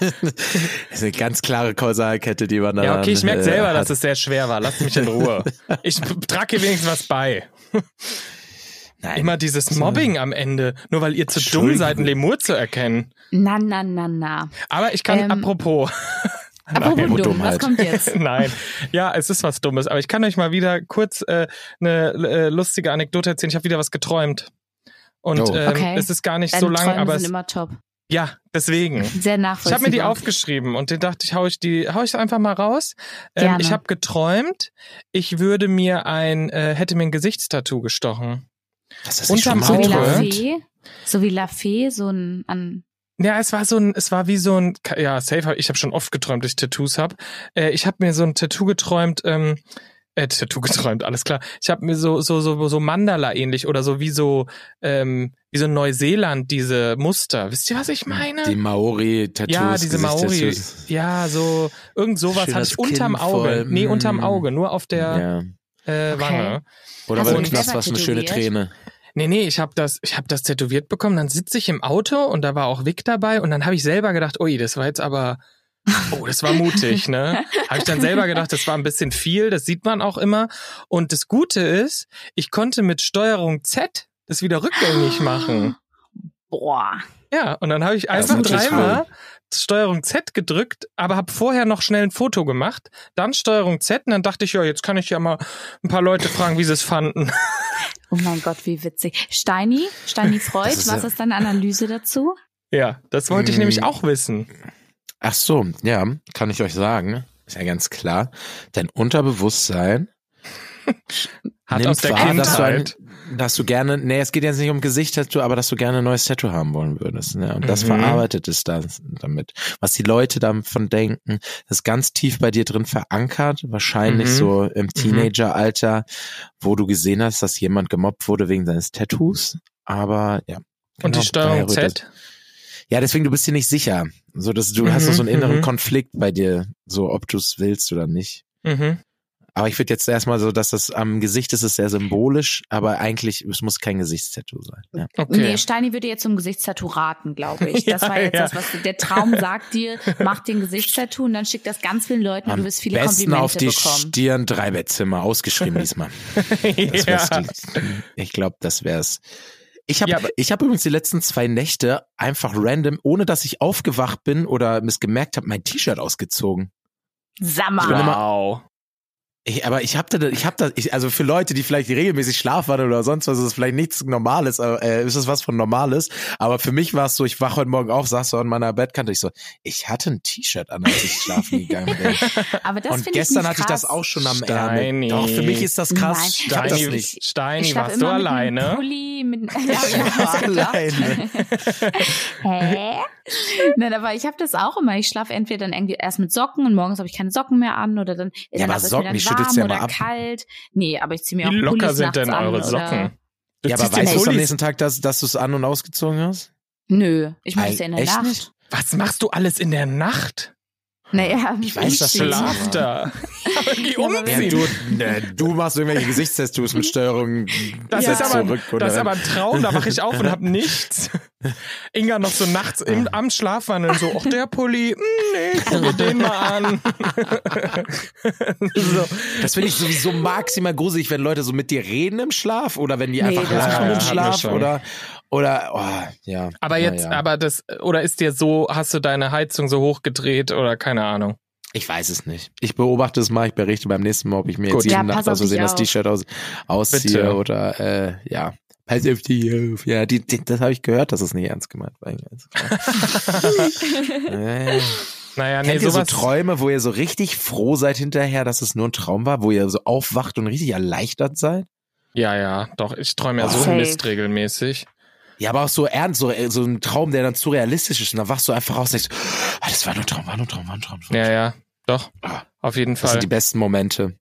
S2: [LAUGHS] ist eine ganz klare Kausalkette, die man da
S1: Ja, okay, ich merke
S2: äh,
S1: selber,
S2: hat.
S1: dass es sehr schwer war. Lasst mich in
S2: [LAUGHS]
S1: Ruhe. Ich trage hier wenigstens was bei.
S2: Nein.
S1: Immer dieses Mobbing am Ende, nur weil ihr zu dumm seid, einen
S2: Äh, Entschuldigung.
S1: Lemur zu erkennen.
S3: Na, na, na, na.
S1: Aber ich kann,
S3: Ähm,
S1: apropos, [LAUGHS]
S3: Apropos
S2: nur
S3: dumm, was
S2: Dummheit. [LAUGHS]
S3: kommt jetzt?
S1: Nein, ja, es ist was Dummes, aber ich kann euch mal wieder kurz äh, eine äh, lustige Anekdote erzählen. Ich habe wieder was geträumt. Und
S2: Oh.
S1: ähm,
S3: Okay.
S1: es ist gar nicht
S3: Deine
S1: so lang,
S3: Träume
S1: aber
S3: sind
S1: es,
S3: immer top.
S1: ja, deswegen.
S3: Sehr
S1: Ich
S3: nachvollziehbar.
S1: habe mir die aufgeschrieben und dann dachte ich, hau ich die, hau ich einfach mal raus. Ähm,
S3: Gerne.
S1: ich habe geträumt, ich würde mir ein, äh, hätte mir ein Gesichtstattoo gestochen.
S2: Das ist
S1: Unterm
S3: So wie
S1: Auge.
S3: La
S1: Outward.
S3: Fee. So wie La Fee, so ein, an,
S1: Ja, es war so ein, es war wie so ein, ja, safe, hab- ich habe schon oft geträumt, dass ich Tattoos hab. Äh, ich habe mir so ein Tattoo geträumt, ähm, äh, Tattoo [LAUGHS] geträumt, alles klar. Ich habe mir so, so, so, so Mandala ähnlich oder so wie so, ähm, wie so in Neuseeland, diese Muster. Wisst ihr, was ich meine?
S2: Die Maori-Tattoos.
S1: ja, diese Maori.
S2: Gesichtstattoos.
S1: Ja, so, irgend sowas
S2: Schön
S1: hatte
S2: das
S1: ich unterm
S2: Kinn
S1: Auge.
S2: voll,
S1: Nee, unterm
S2: mm.
S1: Auge, nur auf der
S2: Ja.
S1: äh,
S3: Okay.
S1: Wange.
S2: Oder
S1: Hast
S2: bei
S1: du
S2: dem
S1: den
S2: Knast
S3: selber
S2: war es eine schöne
S3: tätowiert?
S2: Träne.
S1: Nee, nee, ich habe das, ich hab das tätowiert bekommen, dann sitze ich im Auto und da war auch Vic dabei und dann habe ich selber gedacht, ui, das war jetzt aber, oh, das war mutig, ne? Habe ich dann selber gedacht, das war ein bisschen viel, das sieht man auch immer. Und das Gute ist, ich konnte mit Steuerung Z das wieder rückgängig machen.
S3: boah.
S1: Ja, und dann habe ich
S2: Das ist
S1: einfach
S2: natürlich
S1: dreimal Steuerung Z gedrückt, aber habe vorher noch schnell ein Foto gemacht, dann Steuerung Z und dann dachte ich, ja, jetzt kann ich ja mal ein paar Leute fragen, wie sie es fanden. [LAUGHS]
S3: Oh mein Gott, wie witzig. Steini,
S2: [LAUGHS]
S3: Steini Freud,
S2: Das ist
S3: was
S2: ja-
S3: ist deine Analyse dazu?
S1: Ja, das wollte ich nämlich
S2: Mm.
S1: auch wissen.
S2: Ach so, ja, kann ich euch sagen. Ist ja ganz klar. Dein Unterbewusstsein
S1: Hat
S2: nimmt
S1: aus der
S2: wahr, dass du, ein,
S1: Kindheit.
S2: dass du gerne, nee, es geht jetzt nicht um Gesicht-Tattoo, aber dass du gerne ein neues Tattoo haben wollen würdest. Ne? Und das
S1: Mhm.
S2: verarbeitet es dann damit. Was die Leute davon denken, ist ganz tief bei dir drin verankert, wahrscheinlich
S1: Mhm.
S2: so im Teenageralter, wo du gesehen hast, dass jemand gemobbt wurde wegen seines Tattoos. Aber ja.
S1: Und
S2: Genau,
S1: die Steuerung
S2: daher rührt das.
S1: Z?
S2: Ja, deswegen du bist dir nicht sicher. So, dass du
S1: Mhm,
S2: hast noch so einen
S1: mhm.
S2: inneren Konflikt bei dir, so ob du es willst oder nicht.
S1: Mhm.
S2: Aber ich würde jetzt erstmal so, dass das am Gesicht ist, ist sehr symbolisch, aber eigentlich, es muss kein Gesichtstattoo sein. Ja.
S1: Okay. [LAUGHS]
S3: Nee, Steini würde jetzt zum Gesichtstattoo raten,
S2: [LAUGHS]
S3: glaube ich. Das
S1: Ja,
S3: war jetzt
S1: ja.
S3: das, was der Traum sagt dir, mach den Gesichtstattoo und dann schickt das ganz vielen Leuten und du wirst viele
S2: besten
S3: Komplimente
S2: auf die
S3: bekommen.
S2: Stirn Dreibettzimmer,
S3: [LAUGHS]
S2: ausgeschrieben diesmal. Das wär's
S1: ja.
S2: die, ich glaube, das wär's. Ich habe
S1: Ja, aber-
S2: ich hab übrigens die letzten zwei Nächte einfach random, ohne dass ich aufgewacht bin oder es gemerkt habe, mein T-Shirt ausgezogen. Ich bin
S3: Sammer.
S2: immer-
S1: Wow.
S2: Ich, aber ich habe da, ich habe da, ich, also für Leute, die vielleicht regelmäßig schlafwandeln oder sonst was, ist es vielleicht nichts Normales, aber, äh, ist es was von Normales. Aber für mich war es so, ich wach heute Morgen auf, saß so an meiner Bettkante, ich so, ich hatte ein T-Shirt an, als ich schlafen gegangen bin.
S3: Aber das
S2: Und
S3: finde ich
S2: gestern
S3: nicht
S2: hatte ich das
S3: krass.
S2: auch schon am
S1: Steini.
S2: Ärmel. Doch, für mich ist das krass.
S3: Nein.
S2: Ich hab das
S1: Steini,
S2: nicht.
S1: Steini
S3: Ich schlaf
S1: warst du
S3: immer mit einem
S1: alleine?
S3: Pulli, mit, [LAUGHS] ja, hab ich auch
S2: Alleine.
S3: Hä? Nein, aber ich habe das auch immer. Ich schlafe entweder dann irgendwie erst mit Socken und morgens habe ich keine Socken mehr an oder dann
S2: Ja,
S3: dann
S2: aber
S3: ist es mir
S2: Socken,
S3: dann
S2: die schüttelst du ja
S3: warm
S2: mal
S3: oder
S2: ab.
S3: kalt. Nee, aber ich ziehe mir auch
S1: Wie locker
S3: Pullis
S1: sind denn
S3: nachts an
S1: eure
S3: oder-
S1: Socken? Du
S2: Ja, aber
S1: ziehst dir
S2: weißt du es am
S1: Pullis-
S2: nächsten Tag, dass, dass du es an- und ausgezogen hast?
S3: Nö, ich mache es ja in der
S2: Echt
S3: Nacht.
S2: nicht?
S1: Was machst du alles in der Nacht?
S3: Naja,
S2: Ich weiß, dass du
S3: stehe-
S2: schlaf-
S1: Schlaf da. [LAUGHS] Aber die
S3: Ja, aber
S1: umziehen.
S2: ne, du machst [LAUGHS] irgendwelche Gesichtstattoos mit Steuerung.
S1: Das
S3: Ja.
S1: ist aber,
S2: zurück oder
S1: das ist aber ein Traum, da wache ich auf [LAUGHS] und hab nichts. Inga noch so nachts im, am Schlafwandeln so, ach der Pulli, mh, nee, ich guck mir den mal [LAUGHS] an. so.
S2: Das finde ich sowieso maximal gruselig, wenn Leute so mit dir reden im Schlaf oder wenn die
S3: Nee,
S2: einfach
S3: das
S2: lachen
S1: Ja,
S2: im
S1: hat man
S2: Schlaf
S1: schon.
S2: oder oder oh, ja.
S1: Aber jetzt,
S2: naja.
S1: aber das, oder ist dir so, hast du deine Heizung so hochgedreht oder keine Ahnung?
S2: ich weiß es nicht. Ich beobachte es mal, ich berichte beim nächsten Mal, ob ich mir
S1: Gut.
S2: jetzt jede
S3: Ja, pass
S2: Nacht
S3: auf
S2: aus Versehen
S3: dich
S2: das
S3: auf.
S2: T-Shirt aus, ausziehe
S1: Bitte.
S2: oder äh, ja. Pass auf die auf. Ja, die, die, das habe ich gehört, dass es nicht ernst gemeint war. äh,
S1: Naja, nee,
S2: kennt ihr so
S1: sowas.
S2: Träume, wo ihr so richtig froh seid hinterher, dass es nur ein Traum war, wo ihr so aufwacht und richtig erleichtert seid?
S1: ja, ja, doch, ich träume ja
S2: Oh,
S1: so
S3: safe.
S1: Mist regelmäßig.
S2: Ja, aber auch so ernst, so, so ein Traum, der dann zu realistisch ist. Und dann wachst du einfach raus und denkst, ah, das war nur ein Traum, war nur ein Traum, war nur ein Traum.
S1: Ja, ja, doch,
S2: Ah,
S1: auf jeden
S2: Das
S1: Fall.
S2: sind die besten Momente.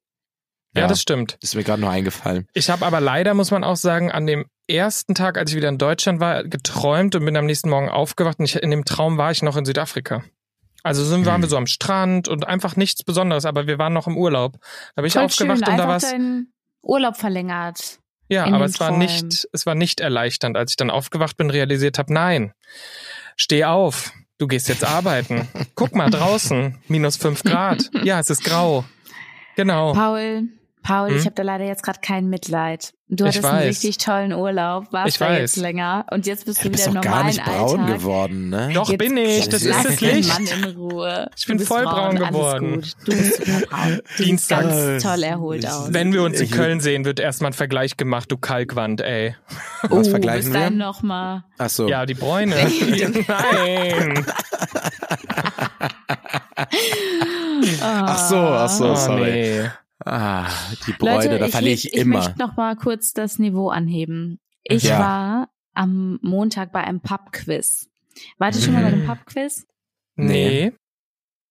S1: ja, das stimmt.
S2: ist mir gerade nur eingefallen.
S1: Ich habe aber leider, muss man auch sagen, an dem ersten Tag, als ich wieder in Deutschland war, geträumt und bin am nächsten Morgen aufgewacht. Und ich, in dem Traum war ich noch in Südafrika. Also sind, waren
S2: Hm.
S1: wir so am Strand und einfach nichts Besonderes, aber wir waren noch im Urlaub. Da bin ich
S3: Voll schön,
S1: aufgewacht und da
S3: einfach
S1: war es.
S3: deinen Urlaub verlängert.
S1: Ja,
S3: in
S1: aber
S3: den
S1: es war
S3: Träumen.
S1: nicht, es war nicht erleichternd, als ich dann aufgewacht bin, realisiert habe, nein, steh auf, du gehst jetzt
S3: [LAUGHS]
S1: arbeiten. Guck mal draußen, minus fünf Grad. Ja, es ist grau. Genau.
S3: Paul, Paul,
S1: Hm?
S3: ich habe da leider jetzt gerade kein Mitleid. Du
S1: Ich
S3: hattest einen
S1: weiß.
S3: richtig tollen Urlaub,
S1: Ich
S3: warst da
S1: weiß.
S3: jetzt länger und jetzt bist
S2: Ja,
S3: du
S2: du bist
S3: wieder im
S2: doch gar
S3: normalen
S2: nicht braun
S3: Alltag.
S2: geworden, ne?
S1: Doch
S3: Jetzt
S1: bin ich, das
S3: lass
S1: ist das
S3: den
S1: Licht.
S2: [LAUGHS]
S3: Mann in Ruhe.
S1: Ich
S3: Du
S1: bin
S3: bist
S1: voll braun geworden.
S3: Alles gut. Du bist super braun. Du siehst
S1: Dienstag.
S3: ganz toll erholt aus.
S1: Wenn wir uns in
S2: Ich-
S1: Köln sehen, wird erstmal ein Vergleich gemacht, du Kalkwand, ey.
S3: oh,
S2: Was vergleichen
S3: bis dann
S2: wir?
S3: nochmal.
S2: Ach so.
S1: Ja, die
S3: [LAUGHS]
S1: Bräune. Nein.
S2: Ach so, ach so,
S1: Oh,
S2: sorry.
S1: nee.
S2: Ah, die Bräune,
S3: Leute,
S2: da
S3: ich,
S2: verliere
S3: leg-
S2: ich
S3: ich
S2: immer.
S3: möchte noch mal kurz das Niveau anheben. Ich
S2: Ja.
S3: war am Montag bei einem Pub-Quiz. Wart ihr schon mal bei einem
S1: Mhm.
S3: Pub-Quiz?
S1: Nee.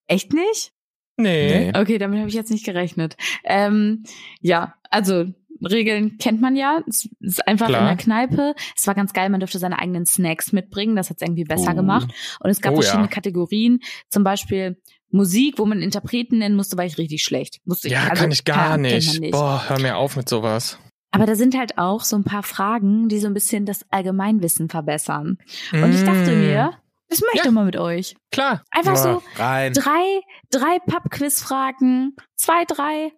S3: Echt nicht?
S1: Nee.
S2: Nee.
S3: Okay, damit habe ich jetzt nicht gerechnet. Ähm, ja, also Regeln kennt man ja. Es ist einfach
S1: Klar.
S3: in der Kneipe. Es war ganz geil, man durfte seine eigenen Snacks mitbringen. Das hat es irgendwie besser
S2: Oh.
S3: gemacht. Und es gab
S1: Oh,
S3: verschiedene
S1: ja.
S3: Kategorien. Zum Beispiel Musik, wo man Interpreten nennen musste, war ich richtig schlecht. Musste ich,
S1: Ja,
S3: also,
S1: kann ich gar
S3: kennt man
S1: nicht. Boah, hör mir auf mit sowas.
S3: Aber da sind halt auch so ein paar Fragen, die so ein bisschen das Allgemeinwissen verbessern. Und ich dachte
S1: Mm.
S3: mir, das mache ich
S1: Ja.
S3: doch mal mit euch.
S1: Klar.
S3: Einfach so
S2: Ja, Rein.
S3: drei, drei Pub-Quiz-Fragen, zwei, drei.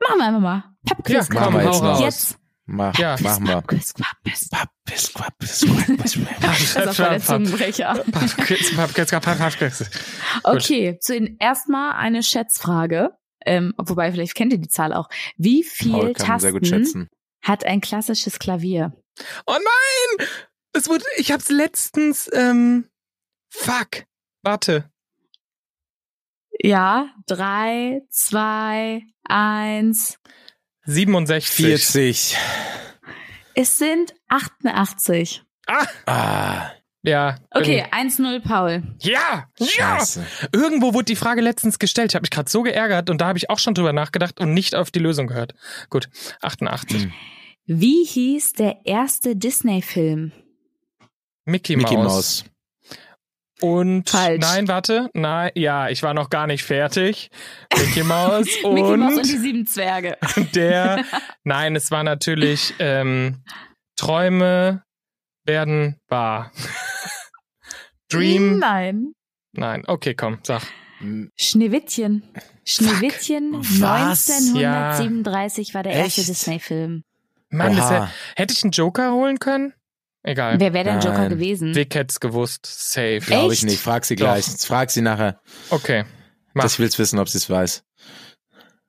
S3: Machen wir einfach mal. Pub-Quiz,
S1: Ja,
S3: komm,
S2: machen wir jetzt
S3: hau raus.
S1: noch.
S3: Jetzt.
S2: Mach,
S1: Ja.
S2: mach mal.
S3: Pub-Quiz, Pub-Quiz.
S2: Pappis, quappis, quappis, quappis.
S3: [LAUGHS] Das war der
S2: [LAUGHS]
S3: Zungenbrecher.
S1: Zungenbrecher.
S3: Okay, zu den erstmal eine Schätzfrage. Ähm, wobei, vielleicht kennt ihr die Zahl auch. Wie [LAUGHS] viel
S2: Paul kann sehr gut
S3: Tasten
S2: schätzen.
S3: hat ein klassisches Klavier?
S1: Oh nein! Es wurde, ich hab's letztens, ähm, fuck. Warte.
S3: Ja, drei, zwei, eins.
S1: 67.
S2: 40.
S3: Es sind 88.
S1: Ah,
S2: Ah,
S1: ja. bin-
S3: Okay, 1-0 Paul.
S1: Ja, ja.
S2: scheiße.
S1: Irgendwo wurde die Frage letztens gestellt. Ich habe mich gerade so geärgert und da habe ich auch schon drüber nachgedacht und nicht auf die Lösung gehört. Gut, 88.
S2: Hm.
S3: Wie hieß der erste Disney-Film?
S1: Mickey,
S2: Mickey
S1: Mouse.
S2: Maus.
S1: Und
S3: Falsch.
S1: nein, warte. Nein, ja, ich war noch gar nicht fertig. Mickey Mouse und,
S3: [LAUGHS] Mickey Mouse und die sieben Zwerge.
S1: der. Nein, es war natürlich ähm, Träume werden wahr. Dream.
S3: Nein.
S1: Nein, okay, komm, sag.
S2: Hm.
S3: Schneewittchen. Schneewittchen
S2: Was?
S3: 1937 war der erste
S2: Echt?
S3: Disney-Film.
S1: Mann, das,
S2: Oha.
S1: hä- hätte ich einen Joker holen können? Egal.
S3: Wer wäre denn Joker
S2: Nein.
S3: gewesen?
S1: Vic hätt's gewusst. Safe.
S2: Glaube ich
S3: Echt?
S2: nicht. Frag sie
S1: Doch.
S2: gleich. Frag sie nachher.
S1: Okay. Mach.
S2: Das will's wissen, ob sie es weiß.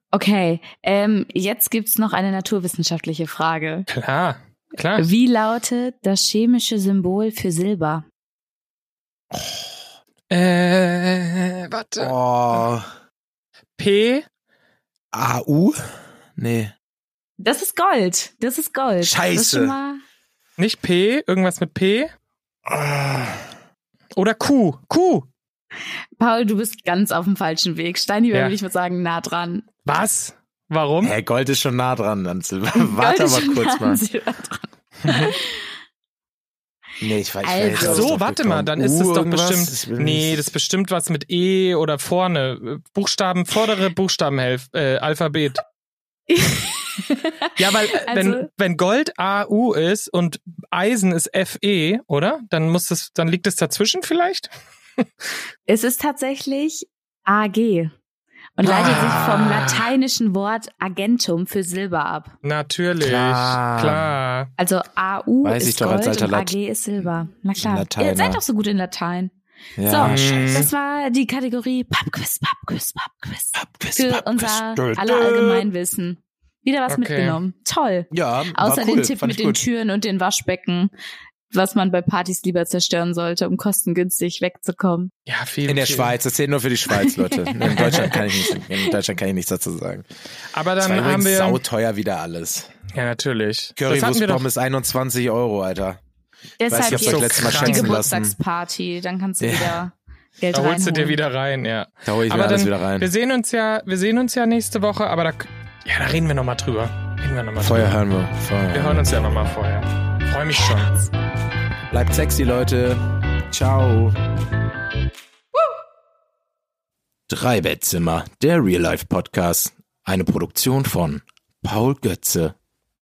S3: Okay, ähm, jetzt gibt's noch eine naturwissenschaftliche Frage.
S1: Klar. Klar.
S3: Wie lautet das chemische Symbol für Silber?
S1: Äh, warte.
S2: Oh.
S1: P.
S2: AU? Nee.
S3: Das ist Gold. Das ist Gold. Das ist
S2: Scheiße.
S3: schon mal
S1: Nicht P, irgendwas mit P.
S2: Ah.
S1: Oder Q. Q.
S3: Paul, du bist ganz auf dem falschen Weg. Steini wäre,
S1: Ja.
S3: würde ich mal sagen, nah dran.
S1: Was? Warum?
S2: Hey, Gold ist schon nah dran, dann [LAUGHS] Silber.
S3: Gold
S2: Warte
S3: ist
S2: aber
S3: schon nah
S2: kurz
S3: an
S2: mal.
S3: Silber dran.
S2: Nee, ich weiß
S3: Also-
S2: ich weiß nicht. Uh,
S3: Ach
S1: so, warte mal, dann ist es doch bestimmt- Nee, das ist bestimmt was mit E oder vorne. Äh, Buchstaben,
S2: [LAUGHS]
S1: vordere Buchstabenhälfte, äh, Alphabet. Ja, weil äh, wenn,
S3: Also-
S1: wenn Gold AU ist und Eisen ist FE, oder? Dann muss das, dann liegt es dazwischen vielleicht?
S3: es ist tatsächlich AG und leitet sich vom lateinischen Wort agentum für Silber ab.
S1: Natürlich.
S2: Klar.
S1: Klar.
S3: Also AU
S2: Weiß
S3: ist
S2: ich doch als
S3: Gold
S2: alter
S3: und
S2: Lat-
S3: AG ist Silber. Na klar.
S2: Lateiner. Mhm.
S3: Ihr seid doch so gut in Latein.
S2: ja. Hm.
S1: so.
S2: scheiße.
S3: Das war die Kategorie Pubquiz, Pubquiz, Pubquiz.
S2: Pappis,
S3: Für
S2: Pappis.
S3: unser
S2: Dö, dö.
S3: aller Allgemeinwissen. Wieder was
S1: Okay.
S3: mitgenommen. Toll.
S2: Ja, war
S3: Außer
S2: cool.
S3: den Tipp
S2: Fand
S3: mit
S2: ich
S3: den
S2: gut.
S3: Türen und den Waschbecken, was man bei Partys lieber zerstören sollte, um kostengünstig wegzukommen.
S1: Ja, viel.
S2: In der
S1: viel.
S2: Schweiz, das zählt nur für die
S1: [LAUGHS]
S2: Schweiz, Leute. In Deutschland kann ich nicht, in Deutschland kann ich nichts dazu sagen.
S1: Aber
S2: Das war
S1: dann haben
S2: übrigens
S1: wir.
S2: sauteuer wieder alles.
S1: Ja, natürlich. das hatten
S2: Currywurst
S1: wir doch.
S2: Pommes 21 Euro, Alter.
S3: Deshalb
S2: hab's euch
S3: jetzt
S1: letztes Mal
S3: die
S1: schätzen
S2: lassen.
S3: Geburtstagsparty, dann kannst du
S2: Ja.
S3: wieder Geld
S1: Da holst du dir
S3: reinholen.
S1: wieder rein, ja.
S2: Da hole ich
S1: Aber
S2: mir alles
S1: dann-
S2: wieder rein.
S1: Wir sehen uns ja, wir sehen uns ja nächste Woche, aber da, ja, da reden wir nochmal drüber. Reden wir nochmal
S2: Feuer
S1: drüber.
S2: hören wir. Feuer.
S1: Wir hören uns ja nochmal vorher. Freue mich schon.
S2: Bleibt sexy, Leute. Ciao. Drei Bettzimmer, der Real Life Podcast. Eine Produktion von Paul Götze